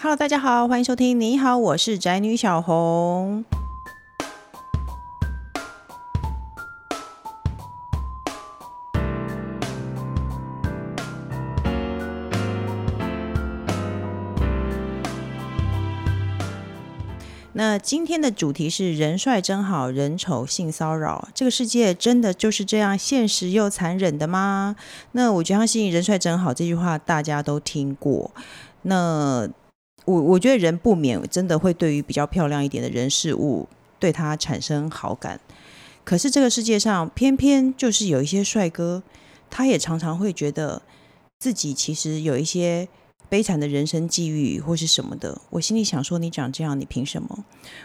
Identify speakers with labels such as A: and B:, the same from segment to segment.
A: Hello，大家好，欢迎收听。你好，我是宅女小红。那今天的主题是人帅真好，人丑性骚扰。这个世界真的就是这样现实又残忍的吗？那我相信“人帅真好”这句话大家都听过。那我我觉得人不免真的会对于比较漂亮一点的人事物，对他产生好感。可是这个世界上偏偏就是有一些帅哥，他也常常会觉得自己其实有一些悲惨的人生际遇或是什么的。我心里想说，你长这样，你凭什么？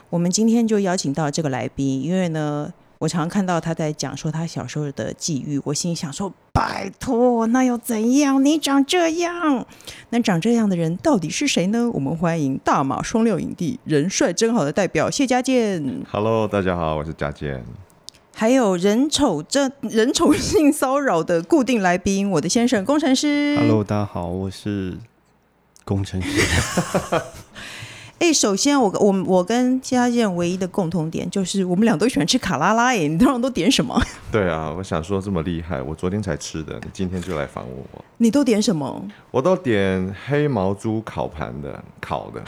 A: 我们今天就邀请到这个来宾，因为呢，我常看到他在讲说他小时候的际遇，我心里想说，拜托，那又怎样？你长这样，那长这样的人到底是谁呢？我们欢迎大马双料影帝、人帅真好的代表谢家健。
B: Hello，大家好，我是佳健。
A: 还有人丑这人丑性骚扰的固定来宾，我的先生工程师。
C: Hello，大家好，我是工程师。
A: 哎、首先我我我跟谢家健唯一的共同点就是我们俩都喜欢吃卡拉拉哎，你通常都点什么？
B: 对啊，我想说这么厉害，我昨天才吃的，你今天就来访问我。
A: 你都点什么？
B: 我都点黑毛猪烤盘的，烤的，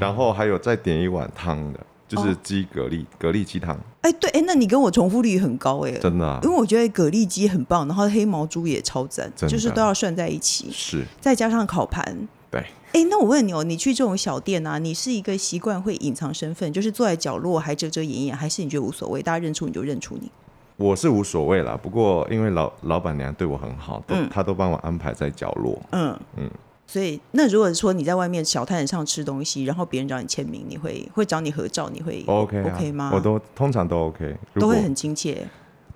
B: 然后还有再点一碗汤的，就是鸡蛤蜊、蛤蜊鸡汤，
A: 哎、对，哎、那你跟我重复率很高哎、
B: 真的、啊
A: 因为、我觉得蛤蜊鸡很棒，然后黑毛猪也超赞，
B: 真的
A: 就是都要涮在一起，
B: 是，
A: 再加上烤盘。
B: 对，
A: 哎，那我问你哦，你去这种小店啊，你是一个习惯会隐藏身份，就是坐在角落还遮遮掩掩，还是你觉得无所谓，大家认出你就认出你？
B: 我是无所谓啦。不过因为老老板娘对我很好，都、她都帮我安排在角落。
A: 嗯嗯
B: 嗯。
A: 所以，那如果说你在外面小摊上吃东西，然后别人找你签名，你会会找你合照，你会
B: OK 啊
A: OK 吗？
B: 我都通常都 OK，如
A: 都
B: 果
A: 会很亲切。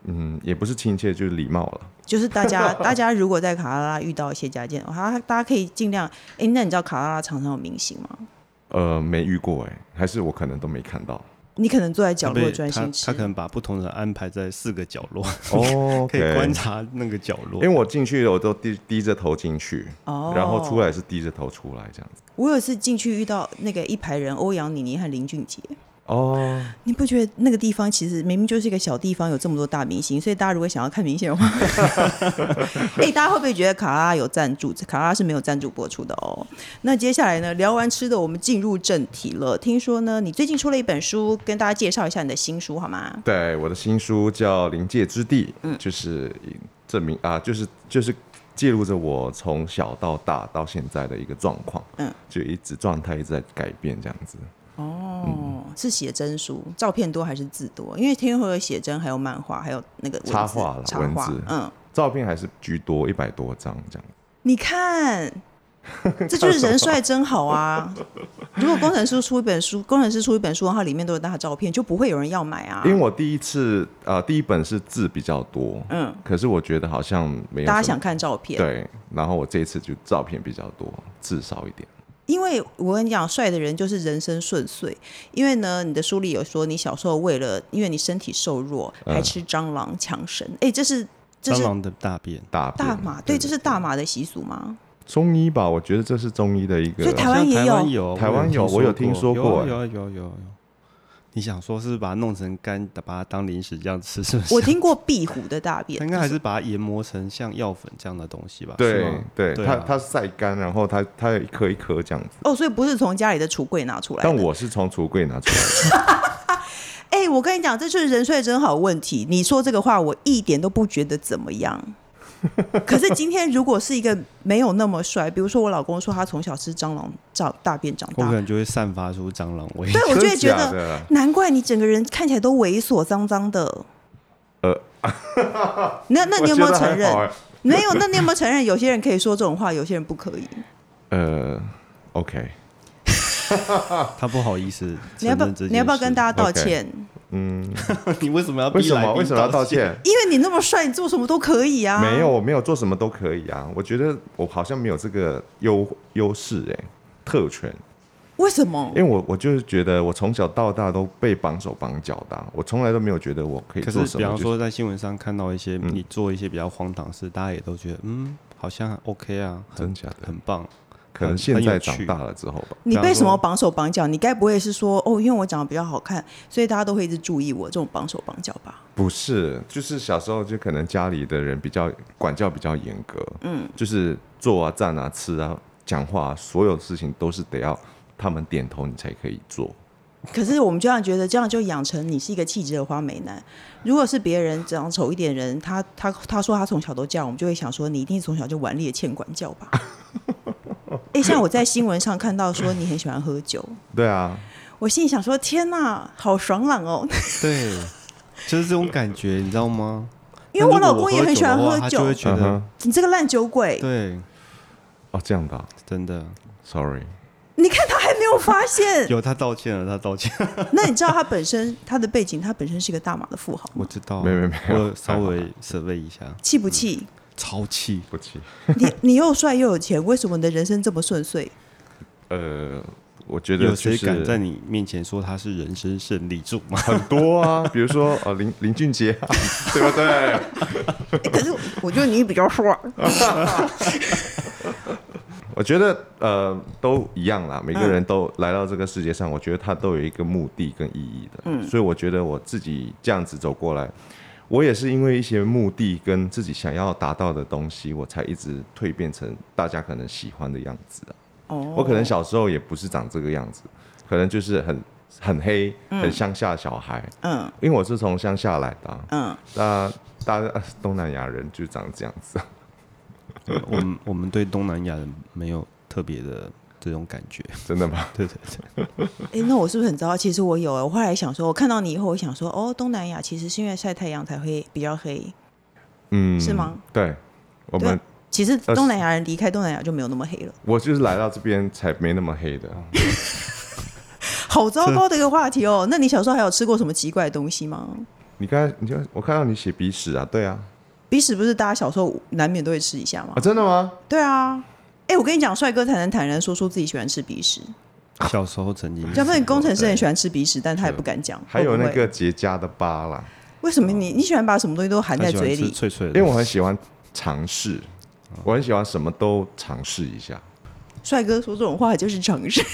B: 嗯，也不是亲切，就是礼貌了。
A: 就是大家 大家如果在卡拉拉遇到谢家健，他大家可以尽量。哎、那你知道卡拉拉常常有明星吗？
B: 呃，没遇过哎、还是我可能都没看到。
A: 你可能坐在角
C: 他
B: 啊
A: 落
C: 被
A: 专
C: 他
A: 心吃，
C: 他可能把不同的安排在四个角落，
B: 哦，
C: 可以观察那个角落
B: 因为。我进去我都低低着头进去，
A: 哦
B: 然后出来是低着头出来这样子。
A: 我有一次进去遇到那个一排人，欧阳妮妮和林俊杰，
B: 哦，
A: 你不觉得那个地方其实明明就是一个小地方，有这么多大明星，所以大家如果想要看明星 的话，哎、大家会不会觉得卡拉拉有赞助？卡拉拉是没有赞助播出的哦。那接下来呢，聊完吃的，我们进入正题了。听说呢，你最近出了一本书，跟大家介绍一下你的新书好吗？
B: 对，我的新书叫《临界之地》，
A: 嗯
B: 就是证明啊，就是就是记录着我从小到大到现在的一个状况，
A: 嗯
B: 嗯，就一直状态一直在改变这样子。
A: 哦，是写真书，照片多还是字多？因为听说有写真，还有漫画，还有那个文字
B: 插画啦
A: 插
B: 文
A: 画
B: 字，
A: 嗯，
B: 照片还是居多，一百多张这样。
A: 你看，这就是人帅真好啊！如果工程师出一本书，工程师出一本书，然后里面都有他的照片，就不会有人要买啊
B: 因。为我第一次啊、呃第一本是字比较多，
A: 嗯，
B: 可是我觉得好像没有
A: 大家
B: 什么
A: 想看照片，，
B: 对，然后我这一次就照片比较多，字少一点。
A: 因为我跟你讲，帅的人就是人生顺遂。因为呢，你的书里有说，你小时候为了因为你身体瘦弱，还吃蟑螂强身，哎、这是这
C: 蟑
A: 是
C: 螂的大便，
B: 大啊便
A: 大马，对，这是大马的习俗吗？
B: 中医吧，我觉得这是中医的一个
A: 所以台
C: 好
A: 湾
C: 像
A: 也
C: 台湾
A: 有
C: 有，
B: 台湾有我有听说
C: 有啊
B: 过哎
C: 有啊有啊有啊有啊有啊。你想说是不是把它弄成干，把它当零食这样吃，是不是？
A: 我听过壁虎的大便
C: 它，应该还是把它研磨成像药粉这样的东西吧？是
B: 对
C: 吗
B: 对，
C: 对
B: 它
C: 啊
B: 它晒干，然后它它有一颗一颗这样子。
A: 哦，所以不是从家里的橱柜拿出来的。
B: 但我是从橱柜拿出来
A: 哎、我跟你讲，这就是人帅真好问题。你说这个话，我一点都不觉得怎么样。 可是今天如果是一个没有那么帅，比如说我老公说他从小吃蟑螂长大便长
C: 我可
A: 大，
C: 能就会散发出蟑螂味。
A: 对我啊就
B: 的，
A: 会
B: 真
A: 觉
B: 假
A: 得，
B: 的？
A: 难怪你整个人看起来都猥琐脏脏的。
B: 呃，
A: 那那你有没有
B: 我觉得还
A: 承认
B: 好？哎
A: 没有，那你有没有承认？有些人可以说这种话，有些人不可以。
B: 呃，OK，
C: 他不好意思
A: 你要
C: 承
A: 不要
C: 认这件事。
A: 你要不要跟大家道
B: OK
A: 歉？
C: 你为什么要逼
B: 为什
C: 啊来
B: 么
C: 宾
B: 为什么要道
C: 歉？
B: 歉？
A: 因为你那么帅，你做什么都可以啊。
B: 没有，我没有做什么都可以啊。我觉得我好像没有这个优优势哎，特权，
A: 为什么
B: 因？为我我就是觉得我从小到大都被绑手绑脚的啊，我从来都没有觉得我可以
C: 可
B: 做
C: 是，
B: 什
C: 比
B: 么。
C: 方
B: 就是
C: 说在新闻上看到一些嗯你做一些比较荒唐的事，大家也都觉得嗯，好像 OK 啊，很
B: 真假的
C: 很棒。
B: 可能
C: 很
B: 现在
C: 有
B: 长
C: 趣
B: 大了之后吧。
A: 你
C: 比
A: 被
C: 方
A: 什么
C: 说
A: 绑手绑脚？你该不会是说哦，因为我长得比较好看，所以大家都会一直注意我这种绑手绑脚吧？
B: 不是，就是小时候就可能家里的人比较管教比较严格，嗯，就是坐啊、站啊、吃啊、讲话、啊，所有事情都是得要他们点头你才可以做。
A: 可是我们就这样觉得，这样就养成你是一个气质的花美男。如果是别人长丑一点的人，他他他说他从小都这样，我们就会想说你一定从小就顽劣欠管教 吧。哎、像我在新闻上看到说你很喜欢喝酒，
B: 对啊，
A: 我心里想说天哪，好爽朗哦！
C: 对，就是这种感觉，你知道吗？
A: 因为我
C: 那
A: 老
C: 如果
A: 公也很喜欢喝
C: 我喝的话他
A: 酒
C: 就，会觉
B: 嗯
C: 得
B: 哼，
A: 你这个烂酒鬼，
C: 对，
B: 哦，这样的啊、
C: 真的
B: s o r r y
A: 你看他还没有发现。
C: 有他道歉了，他道歉，
A: 那你知道他本身他的背景，他本身是一个大马的富豪吗，
C: 我知道，啊
B: 没没没有
C: 我稍微 survey 一下，
A: 气不气？
C: 超气，
B: 不起，
A: 你你又帅又有钱，为什么你的人生这么顺 遂？
B: 呃，我觉得
C: 有
B: 就
C: 谁
B: 是
C: 敢在你面前说他是人生胜利组吗？
B: 很多啊，比如说呃林林俊杰、啊，对不对？
A: 欸可是我觉得你比较帅。
B: 我觉得呃都一样啦，每个人都来到这个世界上，我觉得他都有一个目的跟意义的。嗯，所以我觉得我自己这样子走过来，我也是因为一些目的跟自己想要达到的东西，我才一直蜕变成大家可能喜欢的样子啊。
A: 哦
B: 我可能小时候也不是长这个样子，可能就是很很黑、很乡下的小孩，
A: 嗯
B: 因为我是从乡下来的、啊，
A: 嗯，
B: 那大家东南亚人就长这样子。啊
C: 我们我们对东南亚人没有特别的这种感觉，
B: 真的吗？
C: 对对对，
A: 哎、那我是不是很糟糕？其实我有、欸，我后来想说，我看到你以后，我想说，哦，东南亚其实是因为晒太阳才会比较黑。
B: 嗯，
A: 是吗？
B: 对，我
A: 对
B: 们
A: 啊其实
B: 呃
A: 东南亚人离开东南亚就没有那么黑了。
B: 我就是来到这边才没那么黑的。
A: 哦好糟糕的一个话题 哦、那你小时候还有吃过什么奇怪的东西吗？
B: 你刚才，你就我看到你写鼻屎啊，对啊，
A: 鼻屎不是大家小时候难免都会吃一下吗
B: 啊，？真的吗？
A: 对啊。哎、我跟你讲，帅哥才能坦然说出自己喜欢吃鼻屎。
C: 小时候曾经，
A: 要不然工程师很喜欢吃鼻屎，但他也不敢讲。
B: 还有
A: 会不
B: 那
A: 会
B: 个结痂的疤啦，
A: 为什么你你喜欢把什么东西都含
C: 他
A: 在
C: 喜欢
A: 嘴
C: 吃
A: 里？
C: 脆脆
B: 因
C: 的，
B: 为我很喜欢尝试，
A: 哦
B: 我很喜欢什么都尝试一下。
A: 帅哥说这种话就是常事，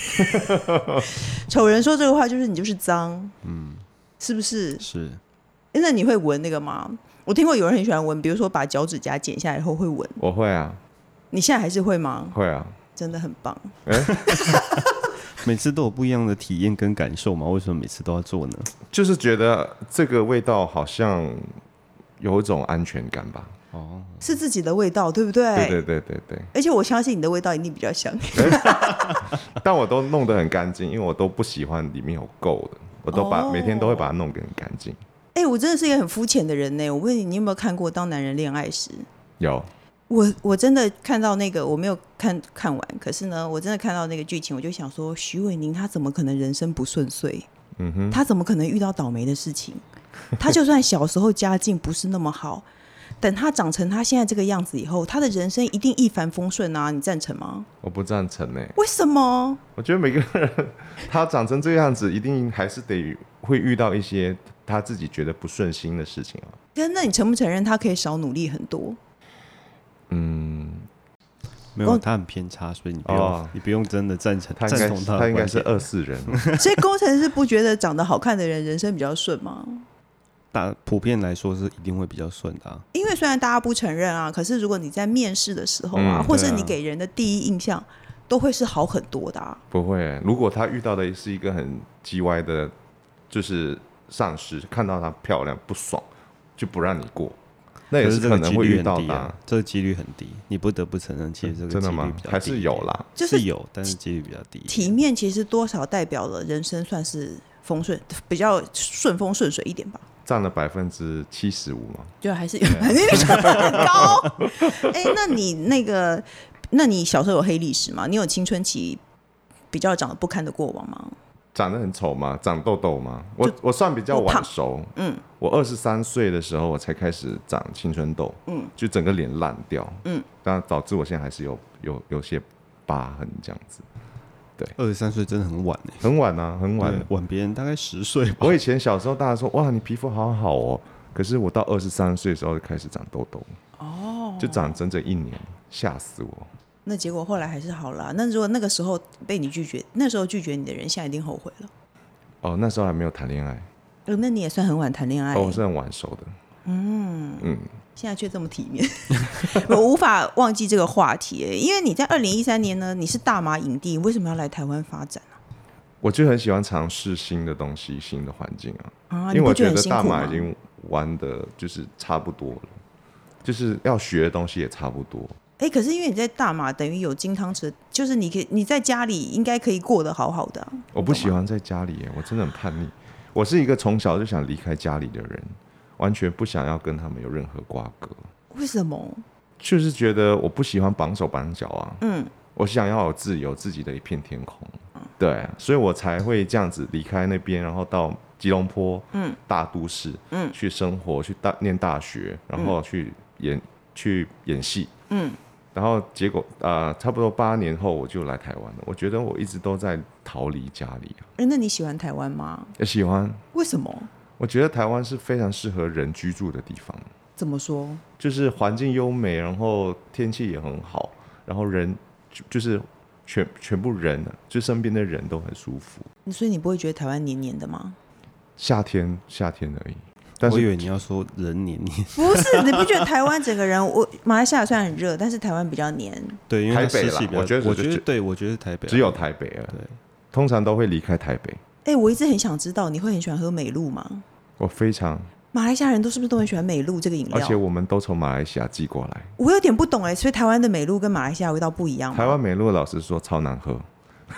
A: 丑人说这个话就是你就是脏，嗯，是不是？
C: 是
A: 诶那你会闻那个吗？我听过有人很喜欢闻，比如说把脚趾甲剪下来以后会闻，
B: 我会啊，
A: 你现在还是会吗？
B: 会啊，
A: 真的很棒。
C: 每次都有不一样的体验跟感受嘛，为什么每次都要做呢？
B: 就是觉得这个味道好像有一种安全感吧。
C: 哦，
A: 是自己的味道，对不对？
B: 对对对对对，
A: 而且我相信你的味道一定比较香。
B: 但我都弄得很干净，因为我都不喜欢里面有垢的，我都把、
A: 哦
B: 每天都会把它弄得很干净。
A: 哎、我真的是一个很肤浅的人呢。我问你，你有没有看过《当男人恋爱时》？
B: 有，
A: 我我真的看到那个，我没有看看完，可是呢，我真的看到那个剧情，我就想说，徐伟宁他怎么可能人生不顺遂？
B: 嗯哼，
A: 他怎么可能遇到倒霉的事情？他就算小时候家境不是那么好，等他长成他现在这个样子以后，他的人生一定一帆风顺啊！你赞成吗？
B: 我不赞成呢、
A: 为什么？
B: 我觉得每个人他长成这样子，一定还是得会遇到一些他自己觉得不顺心的事情啊。
A: 那那你承不承认他可以少努力很多？
C: 没有，他很偏差，所以你不用
B: 哦
C: 你不用真的赞成
B: 他应
C: 赞
B: 该
C: 同
B: 他
C: 的
B: 应该
C: 观
B: 是
C: 点，
B: 二四人，
A: 所以工程师不觉得长得好看的人人生比较顺吗？
C: 大普遍来说是一定会比较顺的啊。
A: 因为虽然大家不承认啊，可是如果你在面试的时候啊，
B: 嗯
A: 或是
C: 对啊
A: 你给人的第一印象，都会是好很多的、啊。
B: 不会、如果他遇到的是一个很叽歪的，就是上司看到她漂亮不爽，就不让你过，那也
C: 可是这
B: 可
C: 个
B: 能
C: 几
B: 会
C: 率
B: 遇
C: 很
B: 到
C: 低
B: 的
C: 啊
B: 啊。，
C: 这个几率很低，你不得不承认，其实这个
B: 真的
C: 几率
B: 吗
C: 比较？低
B: 还是有啦，
A: 就是是
C: 有，但是几率比较低一点。
A: 体面其实多少代表了人生算是风顺，比较顺风顺水一点吧。
B: 占了百分之七十五嘛。
A: 就还是有， 你那个想得很高。 哎、那你那个，那你小时候有黑历史吗？你有青春期比较长得不堪的过往吗？
B: 长得很丑吗？长痘痘吗？我我算比较
A: 就胖
B: 晚熟，嗯，我二十三岁的时候我才开始长青春痘，嗯，就整个脸烂掉，嗯，但导致我现在还是有有有些疤痕这样子，
C: 二十三岁真的很晚哎、
B: 很晚啊，很晚。
C: 晚晚别人大概十岁吧。
B: 我以前小时候大家说哇你皮肤好好哦，可是我到二十三岁的时候就开始长痘痘，哦，就长整整一年，吓死我。
A: 那结果后来还是好了啊、那如果那个时候被你拒绝，那时候拒绝你的人，现在一定后悔了。
B: 哦，那时候还没有谈恋爱，
A: 呃，那你也算很晚谈恋爱、
B: 哦，我是很晚熟的。
A: 现在却这么体面， 我无法忘记这个话题耶。因为你在二零一三年呢，你是大马影帝，为什么要来台湾发展啊
B: 我就很喜欢尝试新的东西、新的环境啊，
A: 啊？
B: 因为
A: 你不
B: 我
A: 觉
B: 觉
A: 得很
B: 得
A: 辛
B: 大
A: 苦
B: 马
A: 吗
B: 已？经玩的就是差不多了，就是要学的东西也差不多。
A: 哎、可是因为你在大马等于有金汤匙，就是你可以你在家里应该可以过得好好的啊、
B: 我不喜欢在家里耶，我真的很叛逆。我是一个从小就想离开家里的人，完全不想要跟他们有任何瓜葛，
A: 为什么？
B: 就是觉得我不喜欢绑手绑脚啊。
A: 嗯，
B: 我想要有自由，自己的一片天空。对，所以我才会这样子离开那边，然后到吉隆坡，嗯，大都市，嗯，去生活，去大念大学，然后去演、去演戏，嗯，然后结果呃，差不多八年后我就来台湾了。我觉得我一直都在逃离家里啊，
A: 哎、那你喜欢台湾吗？
B: 也喜欢。
A: 为什么？
B: 我觉得台湾是非常适合人居住的地方，
A: 怎么说？
B: 就是环境优美，然后天气也很好，然后人就就是全全部人，就身边的人都很舒服。
A: 所以你不会觉得台湾黏黏的吗？
B: 夏天夏天而已，但
C: 我以
B: 是
C: 为你要说人年年，
A: 不是，你不觉得台湾整个人，我马来西亚虽然很热，但是台湾比较黏。
C: 对，因为它
B: 台北
C: 湿
B: 啦
C: 气比较，
B: 我觉得
C: 我
B: 只
C: 觉得
B: 只
C: 对，我觉得是台北啊
B: 只有台北啊，
C: 对，
B: 通常都会离开台北。
A: 哎、我一直很想知道，你会很喜欢喝美露吗？
B: 我非常，
A: 马来西亚人都是不是都很喜欢美露这个饮
B: 而
A: 料
B: 且？我们都从马来西亚寄过来。
A: 我有点不懂哎、所以台湾的美露跟马来西亚味道不一
C: 哦
A: 样吗
B: 台湾美露老师说超难 喝，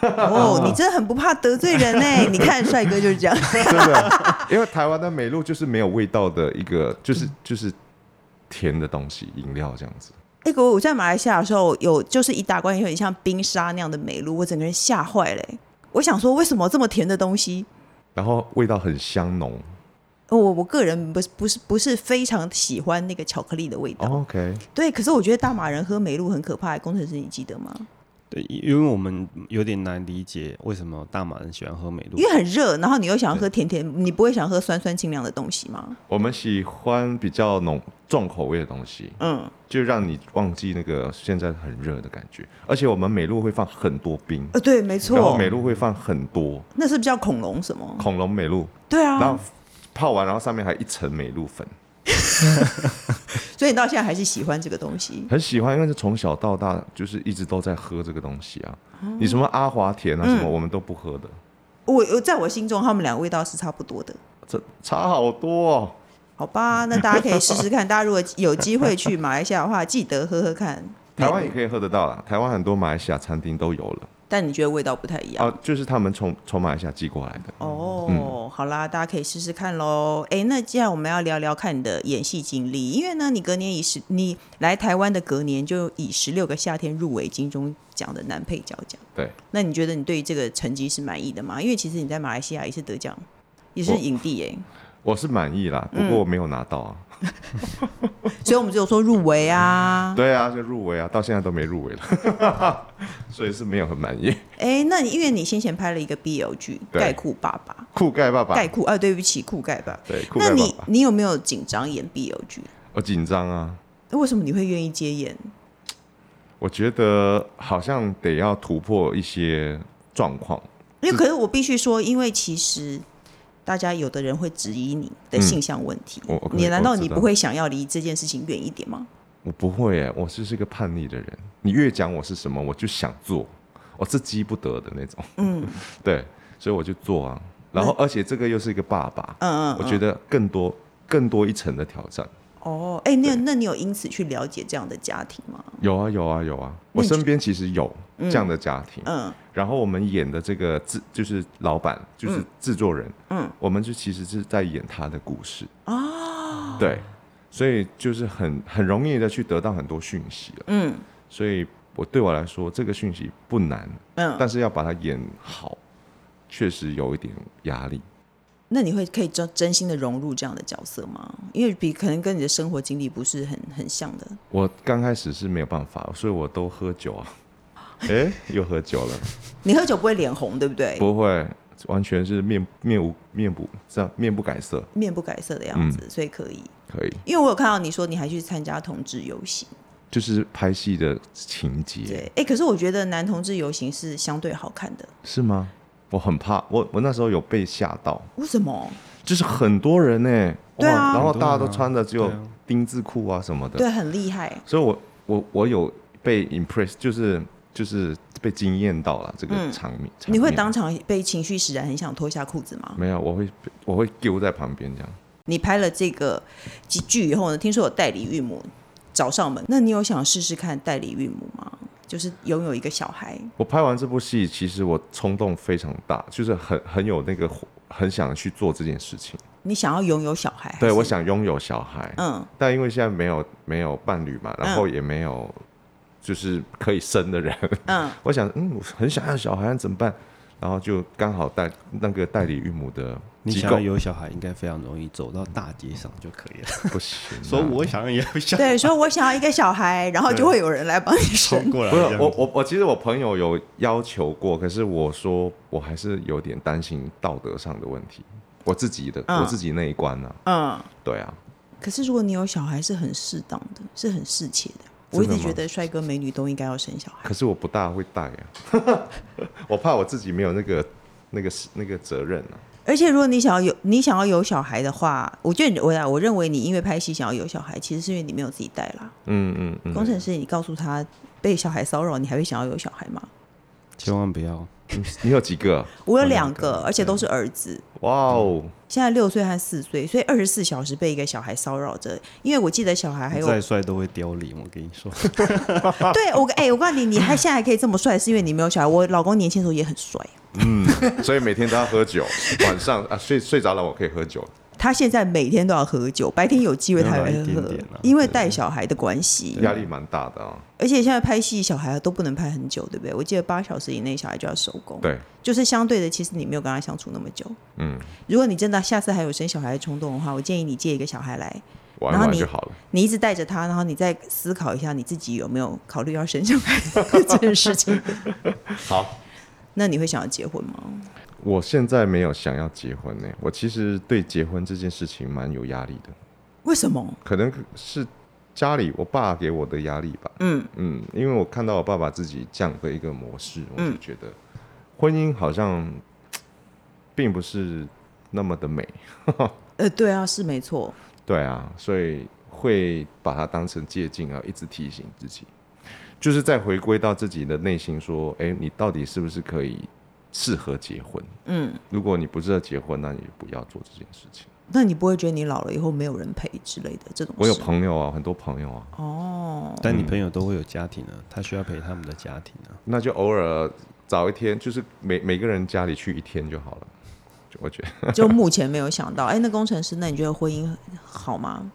A: 哦，你真的很不怕得罪人 哎、你看帅哥就是这样，
B: 真的，因为台湾的美露就是没有味道的一个，就是
C: 嗯
B: 就是甜的东西，饮料这样子。
A: 哎、欸，我我在马来西亚的时候有，就是一打罐有点像冰沙那样的美露，我整个人吓坏嘞、我想说，为什么这么甜的东西？
B: 然后味道很香浓。
A: 我我个人不是不是不是非常喜欢那个巧克力的味道。
B: 哦 OK，
A: 对，可是我觉得大马人喝美露很可怕、工程师你记得吗？
C: 对，因为我们有点难理解为什么大马人喜欢喝美露
A: 因，为很热，然后你又想要喝甜甜，你不会想喝酸酸清凉的东西吗？
B: 我们喜欢比较浓重口味的东西，
A: 嗯，
B: 就让你忘记那个现在很热的感觉。而且我们美露会放很多冰，
A: 呃，对，没
B: 然后
A: 错
B: 美，露会放很多
A: 那是不是叫恐龙什么？
B: 恐龙美露，
A: 对
B: 然
A: 啊
B: 后，泡完，然后上面还一层美露粉，
A: 所以你到现在还是喜欢这个东西。
B: 很喜欢，因为是从小到大就是一直都在喝这个东西啊。你什么阿华田啊什么，我们都不喝的，
A: 我我在我心中，他们俩味道是差不多的。
B: 这差好多、哦。
A: 好吧，那大家可以试试看。大家如果有机会去马来西亚的 话，记得喝喝看。
B: 台湾也可以喝得到啦，台湾很多马来西亚餐厅都有了
A: 但你觉得味道不太一样
B: 啊，就是他们从从马来西亚寄过来的。
A: 哦？
B: 嗯
A: 好啦，大家可以试试看喽。哎，那既然我们要聊聊看你的演戏经历，因为呢，你隔年以十你来台湾的隔年就以十六个夏天入围金钟奖的男配角奖。
B: 对，
A: 那你觉得你对这个成绩是满意的吗？因为其实你在马来西亚也是得奖，也是
B: 我
A: 影帝耶，
B: 我是满意啦，不过我没有拿到啊。
A: 所以我们只有说入围啊。
B: 对啊，就入围啊，到现在都没入围了， 所以是没有很满意。
A: 哎，那你因为你先前拍了一个 BL 剧《
B: 对
A: 盖酷爸爸》。
B: 酷盖爸爸，
A: 盖酷啊，对不起，酷盖吧。
B: 对，酷
A: 那
B: 盖爸
A: 你
B: 爸，
A: 你有没有紧张演 BL 剧？
B: 我紧张啊，
A: 那为什么你会愿意接演？
B: 我觉得好像得要突破一些状况。
A: 因
B: 嗯
A: 为可是我必须说，因为其实大家有的人会质疑你的性向问题，
B: 嗯我我可以
A: 你难道
B: 我知
A: 你
B: 道
A: 不会想要离这件事情远一点吗？
B: 我不会耶，我就是个叛逆的人。你越讲我是什么，我就想做，我是激不得的那种。嗯， 对，所以我就做啊。然后，而且这个又是一个爸爸，
A: 嗯嗯，
B: 我觉得更多更多一层的挑战。
A: 哦，哎、那那你有因此去了解这样的家庭吗？
B: 有啊，有啊，有啊。
A: 那
B: 我
A: 你觉
B: 身边其实有这样的家庭，
A: 嗯，
B: 然后我们演的这个制就是老板，就是制作人，
A: 嗯，
B: 我们就其实是在演他的故事哦，对，所以就是很很容易的去得到很多讯息了，
A: 嗯，
B: 所以我对我来说这个讯息不难，
A: 嗯
B: 但是要把它演好，确实有一点压力。
A: 那你会可以真真心的融入这样的角色吗？因为比可能跟你的生活经历不是很很像的。
B: 我刚开始是没有办法，所以我都喝酒 啊，哎，又喝酒了，
A: 你喝酒不会脸红，对不对？
B: 不会，完全是面面无面不这样面不改色，嗯
A: 面不改色的样子，所以可以。
B: 可以
A: 因为我有看到你说你还去参加同志游行，
B: 就是拍戏的情节，
A: 对，哎、可是我觉得男同志游行是相对好看的，
B: 是吗？我很怕，我我那时候有被吓到，
A: 为什么？
B: 就是很多人呢、
A: 对啊
B: 哇然后
C: 很多人
B: 大
C: 啊
B: 家都穿的只有
C: 对啊
B: 丁字裤啊什么的，
A: 对，很厉害，
B: 所以我我我有被 impress，就是就是被惊艳到了这个
A: 嗯
B: 场面。场
A: 你会
B: 面
A: 当场被情绪使然，很想脱下裤子吗？
B: 没有？我会我会丢在旁边这样。
A: 你拍了这个几剧以后呢，听说有代理孕母找上门，那你有想试试看代理孕母吗？就是拥有一个小孩，
B: 我拍完这部戏，其实我冲动非常大，就是很很有那个火很想去做这件事情。
A: 你想要拥有小孩？
B: 对，
A: 还是
B: 我，想拥有小孩，
A: 嗯，
B: 但因为现在没有没有伴侣嘛，然后也没有就是可以生的人，
A: 嗯，
B: 我想嗯，我很想要小孩，怎么办？然后就刚好代那个代理孕母的
C: 你
B: 机
C: 想要
B: 构
C: 有小孩，应该非常容易走到大街上就可以 了。
B: 不行啊、
C: 说我想要有小孩，
A: 对，说我想要一个小 孩，然后就会有人来帮你
C: 冲
A: 生。
C: 过来
B: 不
C: 这
B: 是
C: 样子。
B: 我我我，其实我朋友有要求过，可是我说我还是有点担心道德上的问题，我自己的、
A: 嗯
B: 我自己那一关呢、
A: 嗯，
B: 对啊，
A: 可是如果你有小孩，是很适当的，是很适切的。我一
B: 真的
A: 直
B: 吗
A: 觉得帅哥美女都应该要生小孩。
B: 可是我不大会带啊， 我怕我自己没有那个那个那个责任啊。
A: 而且，如果你想要有你想要有小孩的话，我觉得你我我认为你因为拍戏想要有小孩，其实是因为你没有自己带啦。
B: 嗯嗯嗯，
A: 工程师，你告诉他被小孩骚扰，你还会想要有小孩吗？
C: 千万不要，
B: 你你有几个？
A: 我有两个，而且都是儿子，
B: 哇哦，
A: 现在六岁和四岁，所以二十四小时被一个小孩骚扰着。因为我记得小孩还有
C: 再帅都会凋零。我跟你说，
A: 对我哎、我告诉你，你还现在还可以这么帅，是因为你没有小孩。我老公年轻的时候也很帅，
B: 所以每天都要喝酒，晚上啊睡睡着了我可以喝酒。
A: 他现在每天都要喝酒，白天有机会他还
C: 没
A: 会
C: 有啦一
A: 喝，
C: 点点啦
A: 因为带小孩的关系。
B: 压力蛮大的啊、
A: 而且现在拍戏，小孩都不能拍很久，对不对？我记得八小时以内小孩就要收工。
B: 对，
A: 就是相对的，其实你没有跟他相处那么久。
B: 嗯，
A: 如果你真的下次还有生小孩的冲动的话，我建议你借一个小孩来，
B: 玩
A: 然后
B: 玩
A: 你
B: 就好了。
A: 你一直带着他，然后你再思考一下你自己有没有考虑要生小孩这件事情。
B: 好，
A: 那你会想要结婚吗？
B: 我现在没有想要结婚呢、我其实对结婚这件事情蛮有压力的，
A: 为什么？
B: 可能是家里我爸给我的压力吧。
A: 嗯
B: 嗯，因为我看到我爸爸自己这样的一个模式，我就
A: 嗯
B: 觉得婚姻好像嘖并不是那么的美。
A: 呃，对啊，是没错。
B: 对啊，所以会把它当成借镜啊，一直提醒自己，就是再回归到自己的内心，说，哎、你到底是不是可以适合结婚？
A: 嗯，
B: 如果你不适合结婚，那你不要做这件事情。
A: 那你不会觉得你老了以后没有人陪之类的这种事？
B: 我有朋友啊，很多朋友啊，
A: 哦，
C: 但你朋友都会有家庭啊，他需要陪他们的家庭啊。
B: 那就偶尔找一天，就是每每个人家里去一天就好了。就我觉得
A: 就目前没有想到。哎，那工程师，那你觉得婚姻好吗？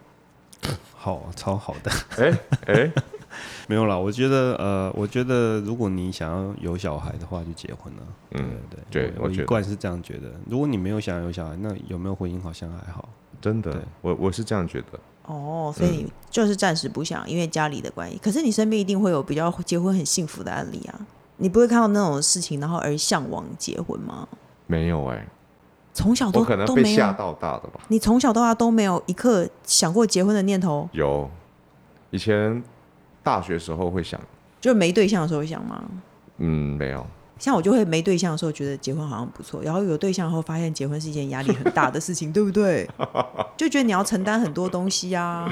C: 好，超好的。
B: 哎、
C: 没有啦，我觉得呃，我觉得如果你想要有小孩的话，就结婚了。
B: 嗯
C: 对对
B: 对我
C: 我我
B: 觉
C: 一
B: 得
C: 贯是这样觉得。如果你没有想要有小孩，那有没有婚姻好像还好。
B: 真
C: 对
B: 的，我我是这样觉得。
A: 哦，所以
B: 嗯
A: 你就是暂时不想，因为家里的关系。可是你身边一定会有比较结婚很幸福的案例啊，你不会看到那种事情，然后而向往结婚吗？
B: 没有哎、
A: 从小
B: 我
A: 都
B: 可能
A: 哦都
B: 被
A: 没
B: 吓
A: 有，
B: 到大的吧。
A: 你从小到大都没有一刻想过结婚的念头，
B: 有，以前大学时候会想，
A: 就没对象的时候想吗？
B: 嗯，没有，
A: 像我就会没对象的时候觉得结婚好像不错，然后有对象后发现结婚是一件压力很大的事情，对不 对？就觉得你要承担很多东西啊，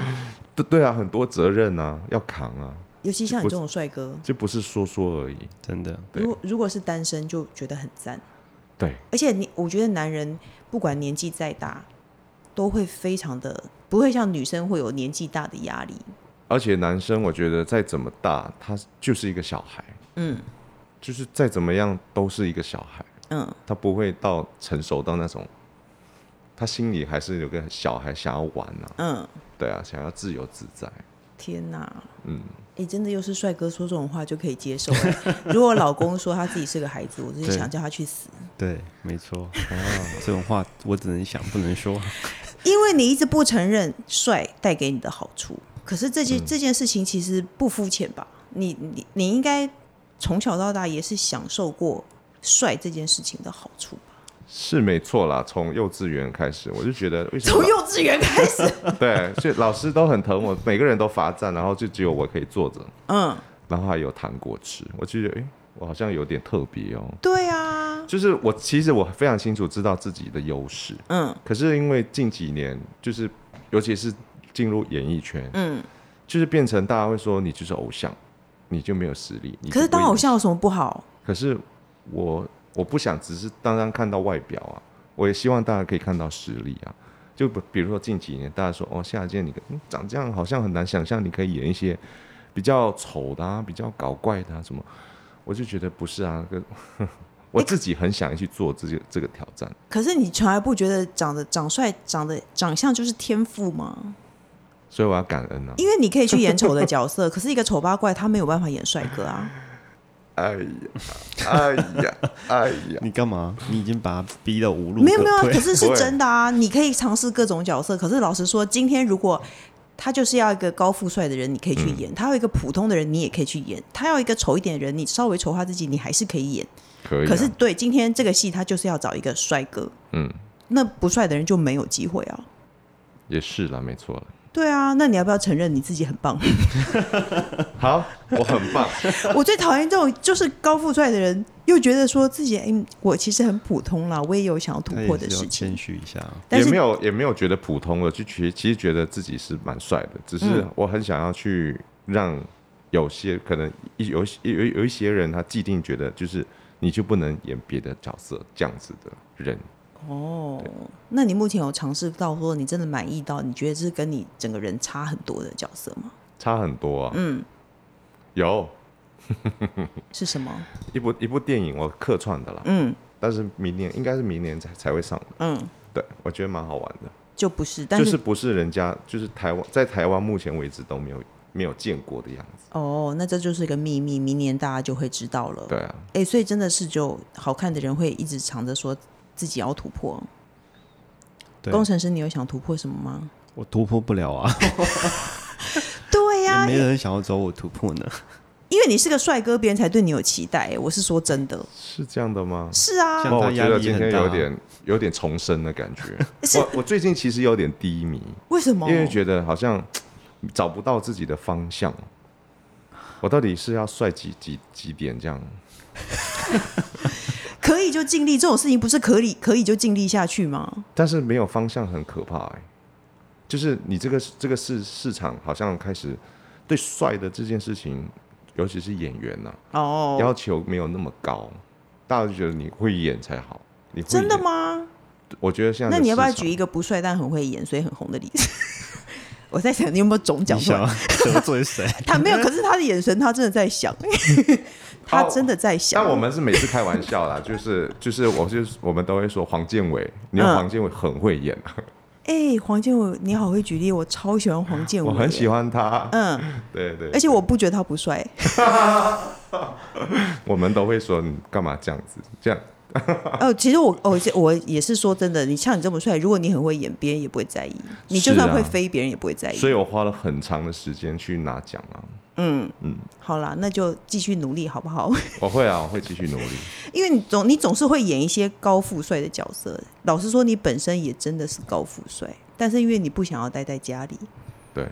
B: 对对啊，很多责任啊，要扛啊，
A: 尤其像你这种帅哥，
B: 就不是说说而已。
C: 真的，
B: 对
A: 如果如果是单身就觉得很赞。
B: 对，
A: 而且你，我觉得男人不管年纪再大，都会非常的不会像女生会有年纪大的压力。
B: 而且男生我觉得再怎么大，他就是一个小孩，
A: 嗯
B: 就是再怎么样都是一个小孩。
A: 嗯，
B: 他不会到成熟到那种，他心里还是有个小孩想要玩啊，
A: 嗯，
B: 对啊，想要自由自在，
A: 天哪！
B: 嗯，
A: 哎、真的又是帅哥说这种话就可以接受欸、 如果老公说他自己是个孩子，我真的
C: 对
A: 想叫他去死，
C: 对，没错。哦，这种话我只能想不能说。
A: 因为你一直不承认帅带给你的好处。可是这件、
B: 嗯
A: 这件事情其实不肤浅吧？你你你应该从小到大也是享受过帅这件事情的好处吧？
B: 是没错啦，从幼稚园开始，我就觉得为什么
A: 从幼稚园开 始，
B: 对，所以老师都很疼我，每个人都罚站，然后就只有我可以坐着，
A: 嗯，
B: 然后还有糖果吃，我就觉得，哎、我好像有点特别哦。
A: 对啊，
B: 就是我其实我非常清楚知道自己的优势，
A: 嗯
B: 可是因为近几年，就是尤其是进入演艺圈，
A: 嗯。
B: 就是变成大家会说你就是偶像，你就没有实力。你就
A: 可是当
B: 不会
A: 偶，像有什么不好？
B: 可是我我不想只是单单看到外表啊，我也希望大家可以看到实力啊。就比比如说近几年大家说哦，夏健你可嗯长这样好像很难想象你可以演一些比较丑的啊，比较搞怪的啊什么，我就觉得不是啊，跟 我自己很想去做这个这个挑战。
A: 可是你从来不觉得长得长帅、长得长相就是天赋吗？
B: 所以我要感恩啊！
A: 因为你可以去演丑的角 色，可是一个丑八怪他没有办法演帅哥啊。
B: 哎呀，哎呀，哎呀！
C: 你干嘛？你已经把他逼到无路
A: 没有没有啊，
C: 退
A: 可是是
B: 对
A: 真的啊！你可以尝试各种角色，可是老实说，今天如果他就是要一个高富帅的人，你可以去
B: 嗯
A: 演；他要一个普通的人，你也可以去演；他要一个丑一点的人，你稍微丑化自己，你还是可以演。
B: 可以、啊，
A: 可是对今天这个戏，他就是要找一个帅哥，
B: 嗯，
A: 那不帅的人就没有机会啊。
B: 也是啦，没错啦。
A: 对啊，那你要不要承认你自己很棒？
B: 好，我很棒。
A: 我最讨厌这种就是高富帅的人，又觉得说自己，哎、我其实很普通啦，我也有想要突
C: 他也
A: 破的
C: 是
B: 哎
C: 要
A: 事
C: 谦
A: 情，
C: 虚一下。
A: 但
B: 也
A: 是
B: 没有也没有觉得普通了，就其其实觉得自己是蛮帅的，只
A: 嗯
B: 是我很想要去让有些可能一有一有有一些人他既定觉得就是你就不能演别的角色这样子的人，
A: 哦。那你目前有尝试到说你真的满意到你觉得这是跟你整个人差很多的角色吗？
B: 差很多啊。嗯，有
A: 是什么？
B: 一部一部电影我客串的啦，
A: 嗯
B: 但是明年应该是明年才才会上的。
A: 嗯，
B: 对，我觉得蛮好玩的。
A: 就不是，但、
B: 就是是不是人家就是台湾在台湾目前为止都没有没有见过的样子。
A: 哦，那这就是一个秘密，明年大家就会知道了。
B: 对啊，
A: 哎、所以真的是就好看的人会一直藏着说自己要突破。
C: 对，
A: 工程师，你有想突破什么吗？
C: 我突破不了啊，
A: 对呀、
C: 也没人想要找我突破呢。
A: 因为你是个帅哥，别人才对你有期待、哎我是说真的，
B: 是这样的吗？
A: 是啊，
C: 像
B: 哇
C: 他
B: 我
C: 压
B: 觉得
C: 力
B: 今
C: 很
B: 天
C: 大
B: 有点有点重生的感觉。
A: 是哦
B: 我我最近其实有点低迷，
A: 为什么？
B: 因为觉得好像找不到自己的方向。我到底是要帅几几几点这样？
A: 可以就尽力，这种事情不是可以可以就尽力下去吗？
B: 但是没有方向很可怕哎、就是你这个这个市市场好像开始对帅的这件事情，尤其是演员呐、
A: 哦，
B: 要求没有那么高，大家就觉得你会演才好。你会
A: 真的
B: 演？
A: 吗？
B: 我觉得现在
A: 那你要不要
B: 市场
A: 举一个不帅但很会演，所以很红的例子？ 我在想你有没有种讲
C: 你
A: 出
C: 想
A: 来
C: 要？得罪谁？
A: 他 没有，可是他的眼神，他真的在想，他
B: 哦
A: 真的在想。
B: 但我们是每次开玩笑 啦，就是就是我就是我们都会说黄建伟，你看
A: 嗯
B: 黄建伟很会演，啊
A: 哎、黄建伟，你好会举例，我超喜欢黄建伟，
B: 啊我很喜。欢他。
A: 嗯，
B: 对对，
A: 而且我不觉得他不 帅，
B: 我们都会说你干嘛这样子？这样
A: 哦，其实我，哦，这我也是说真的，你像你这么帅，如果你很会演，别人也不会在意；你就是
B: 啊
A: 算会飞，别人也不会在意。
B: 所以我花了很长的时间去拿奖啊。
A: 嗯嗯，好啦，那就继续努力好不好？
B: 我会啊，我会继续努力。
A: 因为你总你总是会演一些高富帅的角色。老实说，你本身也真的是高富帅，但是因为你不想要待在家里，
B: 对，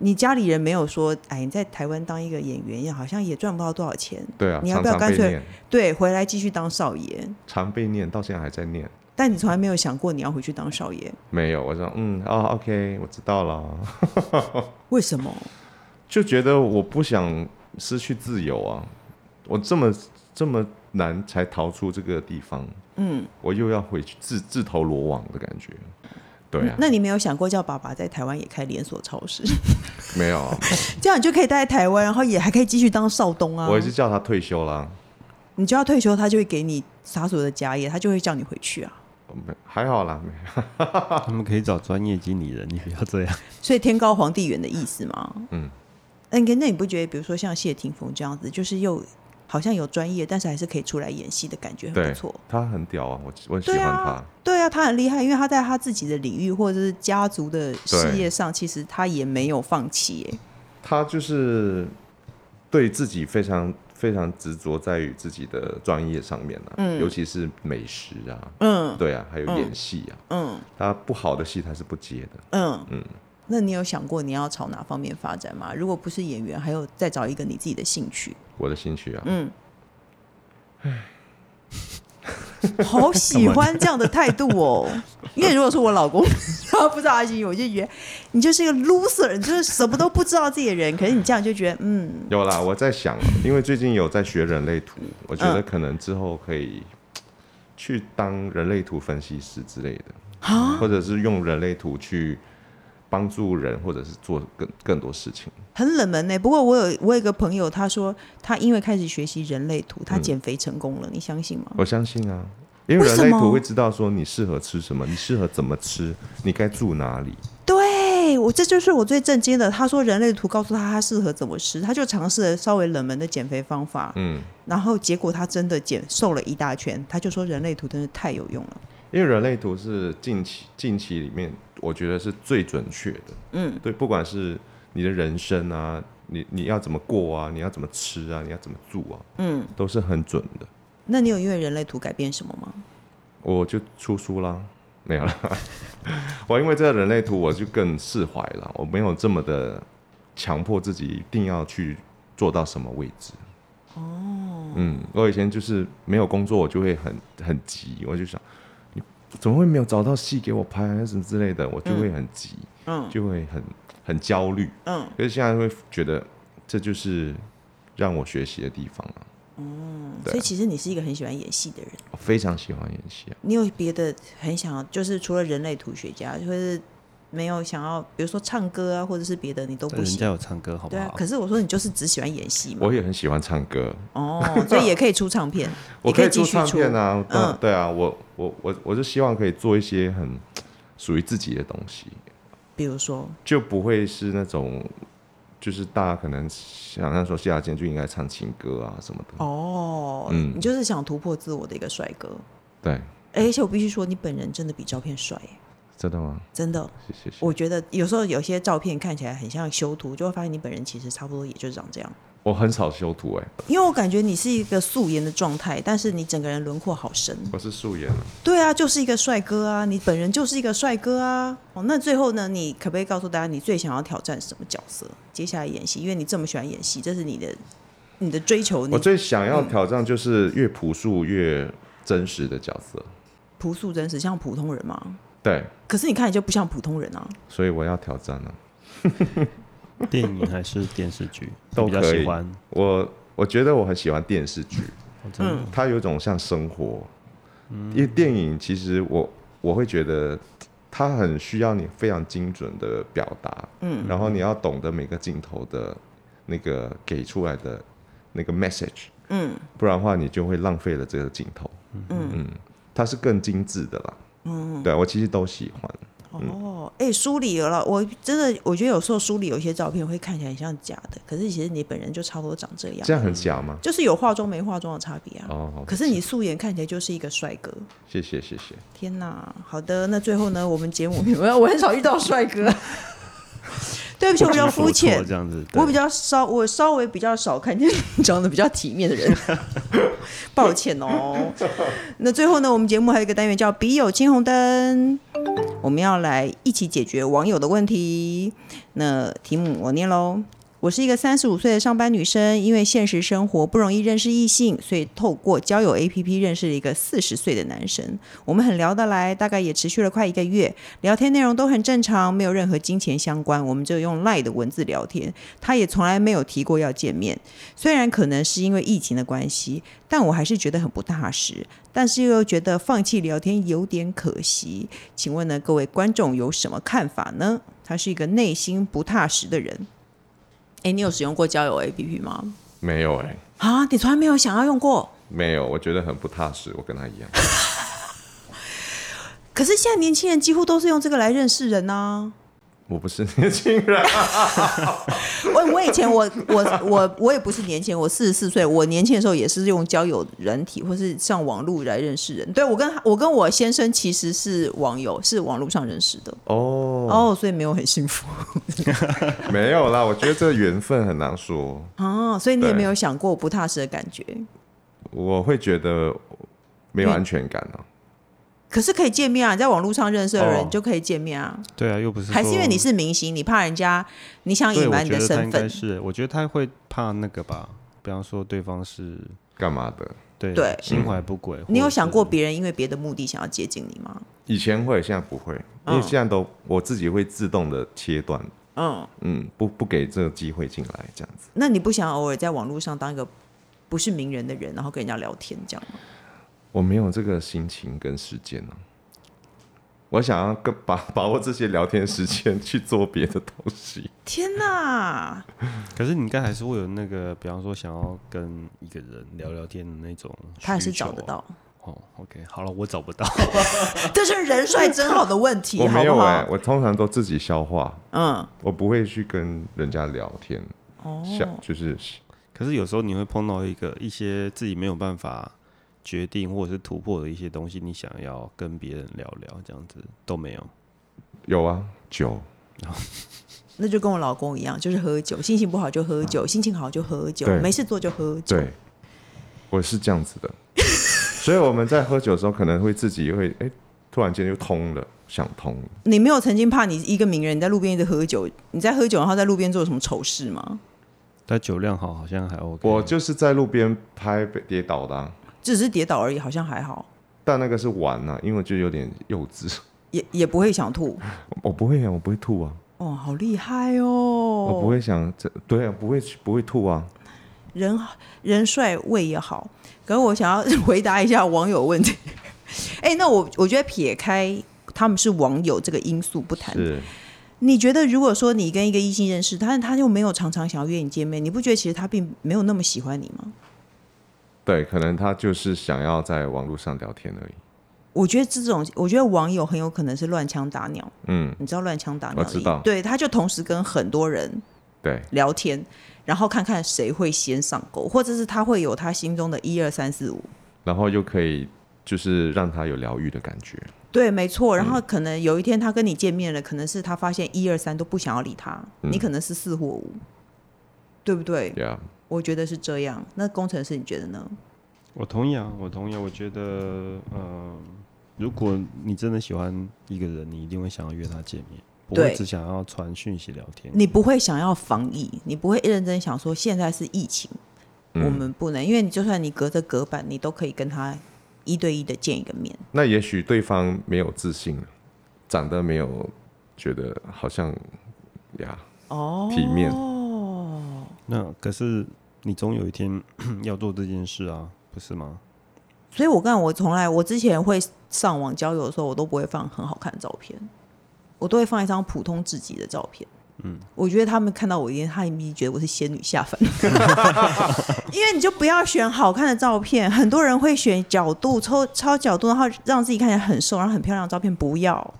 A: 你家里人没有说，哎，你在台湾当一个演员，好像也赚不到多少钱。
B: 对啊，
A: 你要不要
B: 常常
A: 干
B: 被
A: 脆
B: 念，
A: 对，回来继续当少爷。
B: 常被念，到现在还在念。
A: 但你从来没有想过你要回去当少爷，
B: 没有，我说嗯啊，OK，我知道了，
A: 为什么？
B: 就觉得我不想失去自由啊，我这么这么难才逃出这个地方，
A: 嗯，
B: 我又要回去自自投罗网的感觉。对啊，
A: 那你没有想过叫爸爸在台湾也开连锁超市，
B: 没有啊，
A: 这样你就可以待在台湾，然后也还可以继续当少东啊
B: 我。也是叫他退休啦。
A: 你就要退休，他就会给你杀手的家业，他就会叫你回去啊。
B: 没还好啦，没
C: 他们可以找专业经理人，你不要这样。
A: 所以天高皇帝远的意思嘛。
B: 嗯，
A: 那你那你不觉得，比如说像谢霆锋这样子，就是又好像有专业，但是还是可以出来演戏的感觉，很
B: 对
A: 不错。
B: 他很屌啊，我我很喜
A: 对
B: 欢
A: 啊
B: 他。，
A: 对啊，他很厉害，因为他在他自己的领域或者是家族的事业上，其实他也没有放弃耶。
B: 他就是对自己非常非常执着在于自己的专业上面啊，尤其是美食啊，
A: 嗯
B: 对啊，还有演戏啊，
A: 嗯
B: 他不好的戏他是不接的。
A: 嗯嗯。那你有想过你要朝哪方面发展吗？如果不是演员，还有再找一个你自己的兴趣？
B: 我的兴趣啊，
A: 嗯，好喜欢这样的态度哦。因为如果说我老公他不知道阿星，我就觉得你就是一个 loser，你就是什么都不知道自己的人。可是你这样就觉得，嗯，
B: 有啦，我在想，因为最近有在学人类图，我觉得可能之后可以去当人类图分析师之类
A: 啊
B: 的，或者是用人类图去帮助人，或者是做更更多事情。
A: 很冷门呢、欸不过我有我有一个朋友，他说他因为开始学习人类图，他减肥成功了，你相信吗？
B: 我相信啊，因为
A: 为什
B: 人
A: 么
B: 类图会知道说你适合吃什么，你适合怎么吃，你该住哪里。
A: 对我这就是我最震惊的。他说人类图告诉他他适合怎么吃，他就尝试了稍微冷门的减肥方法，
B: 嗯，
A: 然后结果他真的减瘦了一大圈，他就说人类图真是太有用了。
B: 因为人类图是近期近期里面，我觉得是最准确的。嗯，对，不管是你的人生啊，你你要怎么过啊，你要怎么吃啊，你要怎么住啊，嗯，都是很准的。
A: 那你有因为人类图改变什么吗？
B: 我就出书啦，没有啦。 我因为这个人类图，我就更释怀了，我没有这么的强迫自己一定要去做到什么位置。哦，嗯，我以前就是没有工作，我就会很很急，我就想，你怎么会没有找到戏给我拍啊什么之类的，我就会很急，
A: 嗯
B: 就会很很焦虑。
A: 嗯，
B: 可是现在会觉得这就是让我学习的地方啊，对啊
A: 所以其实你是一个很喜欢演戏的人。
B: 我非常喜欢演戏啊。
A: 你有别的很想要，就是除了人类图学家，就是没有想要，比如说唱歌啊，或者是别的，你都不
C: 人
A: 喜
C: 家
A: 欢。
C: 有唱歌好不
A: 对啊
C: 好，？
A: 可是我说你就是只喜欢演戏嘛。
B: 我也很喜欢唱歌，
A: 哦，所以也可以出唱片，
B: 我
A: 也可
B: 以
A: 继
B: 做
A: 续
B: 唱片
A: 出
B: 啊，
A: 嗯
B: 嗯，对啊，我我我我就希望可以做一些很属于自己的东西，
A: 比如说，
B: 就不会是那种就是大家可能想象说谢亚健就应该唱情歌啊什么的，
A: 哦，
B: 嗯
A: 你就是想突破自我的一个帅哥。哎
B: 对，
A: 而且我必须说，你本人真的比照片帅耶，
B: 真的吗？
A: 真的。
B: 谢谢谢谢，
A: 我觉得有时候有些照片看起来很像修图，就会发现你本人其实差不多也就长这样。
B: 我很少修图哎、
A: 因为我感觉你是一个素颜的状态，但是你整个人轮廓好深。
B: 我是素颜啊，
A: 对啊，就是一个帅哥啊，你本人就是一个帅哥啊。哦，那最后呢，你可不可以告诉大家你最想要挑战什么角色？接下来演戏，因为你这么喜欢演戏，这是你的你的追求。你嗯
B: 我最想要挑战就是越朴素越真实的角色，
A: 朴素真实，像普通人吗？
B: 对，
A: 可是你看起来就不像普通人啊。
B: 所以我要挑战啊。
C: 电影还是电视剧
B: 都
C: 比较
B: 可以
C: 喜欢？
A: 嗯
B: 我我觉得我很喜欢电视剧，
C: 哦真的
B: 它有一种像生活。因为电影其实我我会觉得它很需要你非常精准的表达，嗯，然后你要懂得每个镜头的那个给出来的那个 message，
A: 嗯，
B: 不然的话你就会浪费了这个镜头，嗯它是更精致的啦，嗯，对我其实都喜欢，
A: 哦，哎、书里有了，我真的我觉得有时候书里有些照片会看起来很像假的，可是其实你本人就差不多长这样，
B: 这样很假吗？
A: 就是有化妆没化妆的差别啊。
B: 哦，
A: 可是你素颜看起来就是一个帅哥，
B: 谢谢谢谢，
A: 天哪！好的，那最后呢，我们节目 我我很少遇到帅哥， 对不起，我比较肤
C: 不知所
A: 浅
C: 措，这样子。对
A: 我比较稍我稍微比较少看见长得比较体面的人，抱歉哦。那最后呢，我们节目还有一个单元叫“笔友青红灯”，我们要来一起解决网友的问题。那题目我念喽。我是一个三十五岁的上班女生，因为现实生活不容易认识异性，所以透过交友 APP 认识了一个四十岁的男生。我们很聊得来，大概也持续了快一个月，聊天内容都很正常，没有任何金钱相关，我们就用赖的文字聊天。他也从来没有提过要见面。虽然可能是因为疫情的关系，但我还是觉得很不踏实，但是又觉得放弃聊天有点可惜。请问呢，各位观众有什么看法呢？他是一个内心不踏实的人。诶，你有使用过交友 APP 吗？
B: 没有哎、
A: 啊，你从来没有想要用过。
B: 没有，我觉得很不踏实，我跟他一样，
A: 可是现在年轻人几乎都是用这个来认识人呐、啊
B: 我不是年轻人，
A: 我我以前我我我我也不是年轻人，我四十四岁，我年轻的时候也是用交友软体或是上网络来认识人。对我跟我跟我先生其实是网友，是网络上认识的。
B: 哦，
A: 哦、所以没有很幸福
B: 没有啦，我觉得这缘分很难说。
A: 哦，所以你也
B: 对
A: 没有想过不踏实的感觉。
B: 我会觉得没有安全感哦、
A: 可是可以见面啊，你在网络上认识的人
B: 哦
A: 就可以见面啊，
C: 对啊，又不是
A: 还是因为你
C: 说
A: 是明星，你怕人家你想
C: 对，
A: 隐
C: 我
A: 瞒你
C: 觉
A: 的
C: 得他
A: 身
C: 应该
A: 份，
C: 是，我觉得他会怕那个吧，比方说对方是
B: 干嘛的？
C: 对
A: 对嗯
C: 心怀不轨，
A: 你有
C: 或者
A: 想
C: 是
A: 过别人因为别的目的想要接近你吗？
B: 以前会，现在不会，因为
A: 嗯
B: 现在都我自己会自动的切断，
A: 嗯，
B: 嗯，不不给这个机会进来，这样子。
A: 那你不想偶尔在网络上当一个不是名人的人，然后跟人家聊天这样吗？
B: 我没有这个心情跟时间呢、我想要跟把 把握这些聊天时间去做别的东西。
A: 天哪，
C: 可是你应该还是会有那个，比方说想要跟一个人聊聊天的那种需求啊，
A: 他还是找得到，
C: 哦。OK，好了，我找不到，
A: 这是人帅真好的问题，
B: 我
A: 好
B: 没
A: 不
B: 有哎、
A: 好？
B: 我通常都自己消化，
A: 嗯，
B: 我不会去跟人家聊天，想
A: 哦，
B: 就是
C: 可是有时候你会碰到一个一些自己没有办法决定或者是突破的一些东西，你想要跟别人聊聊，这样子都没有。
B: 有啊，酒
A: 那就跟我老公一样，就是喝酒，心情不好就喝酒，心情好就喝酒
B: 嗯对，
A: 没事做就喝酒。
B: 对，我是这样子 的，所以我们在喝酒的时候可能会自己会哎、突然间就通了，想通了，
A: 你没有曾经怕你一个名人你在路边一直喝酒，你在喝酒然后在路边做什么丑事吗？
C: 但酒量好，好像还 OK。啊
B: 我就是在路边拍被跌倒的啊、
A: 只是跌倒而已，好像还好，
B: 但那个是玩啊，因为就有点幼稚，
A: 也也不会想吐。
B: 我不会啊，我不会吐啊，
A: 哦，好厉害哦！
B: 我不会想这对啊，不会不会吐啊，
A: 人人帅胃也好。可是我想要 回答一下网友问题。 哎、那我我觉得撇开他们是网友这个因素不谈，
B: 是
A: 你觉得如果说你跟一个异性认识，但是他又没有常常想要约你见面，你不觉得其实他并没有那么喜欢你吗？
B: 对，可能他就是想要在网络上聊天而已，
A: 我觉得这种，我觉得网友很有可能是乱枪打鸟，
B: 嗯，
A: 你知道乱枪打鸟的意思？
B: 我知道
A: 对，他就同时跟很多人
B: 对，
A: 聊天，然后看看谁会先上钩，或者是他会有他心中的一二三四五。
B: 然后又可以就是让他有疗愈的感觉，
A: 对，没错。
B: 嗯
A: 然后可能有一天他跟你见面了，可能是他发现一二三都不想要理他，
B: 嗯
A: 你可能是四或五，对不对？
B: 对啊，
A: 我觉得是这样。那工程师你觉得呢？
C: 我同意啊，我同意啊。我觉得，呃，如果你真的喜欢一个人，你一定会想要约他见面，不会
A: 对
C: 只想要传讯息聊天。
A: 你不会想要防疫，你不会认真想说现在是疫情，
B: 嗯
A: 我们不能，因为你就算你隔着隔板，你都可以跟他一对一的见一个面。
B: 那也许对方没有自信，长得没有觉得好像呀，
A: 哦，
B: 体面
A: 哦，
C: 那可是你总有一天 要做这件事啊，不是吗？
A: 所以我刚我从来我之前会上网交友的时候，我都不会放很好看的照片，我都会放一张普通至极的照片。嗯，我觉得他们看到我一定，他们一定觉得我是仙女下凡，因为你就不要选好看的照片，很多人会选角度超超角度，然后让自己看起来很瘦，然后很漂亮的照片，不要，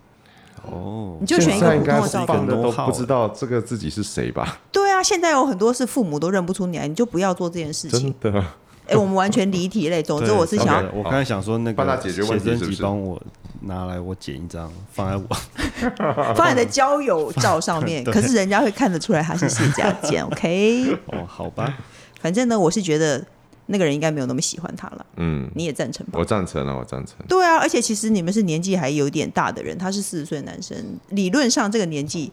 C: 哦
A: 你，就选一
B: 现
A: 个
B: 在应
A: 普通
B: 该
A: 的
B: 是
A: 照
C: 一个
A: 片。
B: 放的都
C: know-how
B: 不知道这个自己是谁吧？
A: 对啊，现在有很多是父母都认不出你来，你就不要做这件事情
B: 真。的，
A: 哎、我们完全离题嘞。总之，
C: 对
A: 哦我是想要
B: OK
C: 对我刚才想说那个
B: 帮他解决问题
C: 写真
B: 是不
C: 集
B: 是
C: 帮我拿来，我剪一张放在我。
A: 放在你的交友照上面，
C: 对
A: 可是人家会看得出来他是谢家健，OK？
C: 哦，好吧，
A: 反正呢，我是觉得那个人应该没有那么喜欢他了，
B: 嗯，
A: 你也赞成吧？
B: 我赞成啊，我赞成。
A: 对啊，而且其实你们是年纪还有点大的人，他是四十岁的男生，理论上这个年纪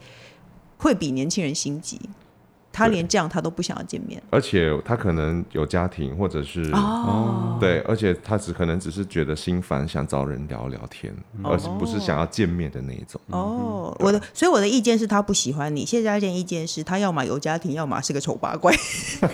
A: 会比年轻人心急，他连这样他都不想要见面
B: 而且他可能有家庭，或者是、
A: 哦。
B: 对，而且他只可能只是觉得心烦，想找人聊聊天，而是不是想要见面的那一种。
A: 哦，我的，所以我的意见是他不喜欢你。谢家健意见是他要么有家庭，要么是个丑八怪。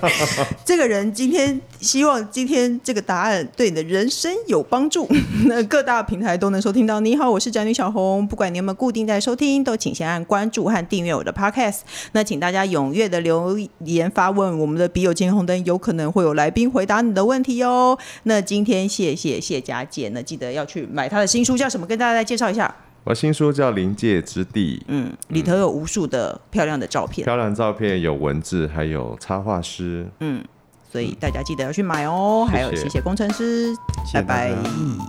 A: 这个人今天希望今天这个答案对你的人生有帮助。 那各大平台都能收听到。你好，我是宅女小红。不管你有没有固定在收听，都请先按关注和订阅我的 podcast。那请大家踊跃的留言发问，我们的笔友金红灯有可能会有来宾回答你的问题哦。那今天谢谢谢家健，那记得要去买他的新书，叫什么？跟大家再介绍一下。
B: 我新书叫《临界之地》，
A: 嗯，里头有无数的漂亮的照片，
B: 漂亮照片有文字，还有插画师。
A: 嗯，所以大家记得要去买哦。还有
B: 谢谢
A: 谢谢工程师，
C: 谢谢大家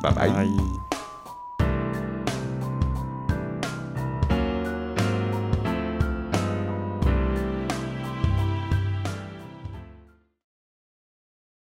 A: 拜拜
B: 拜拜
C: 拜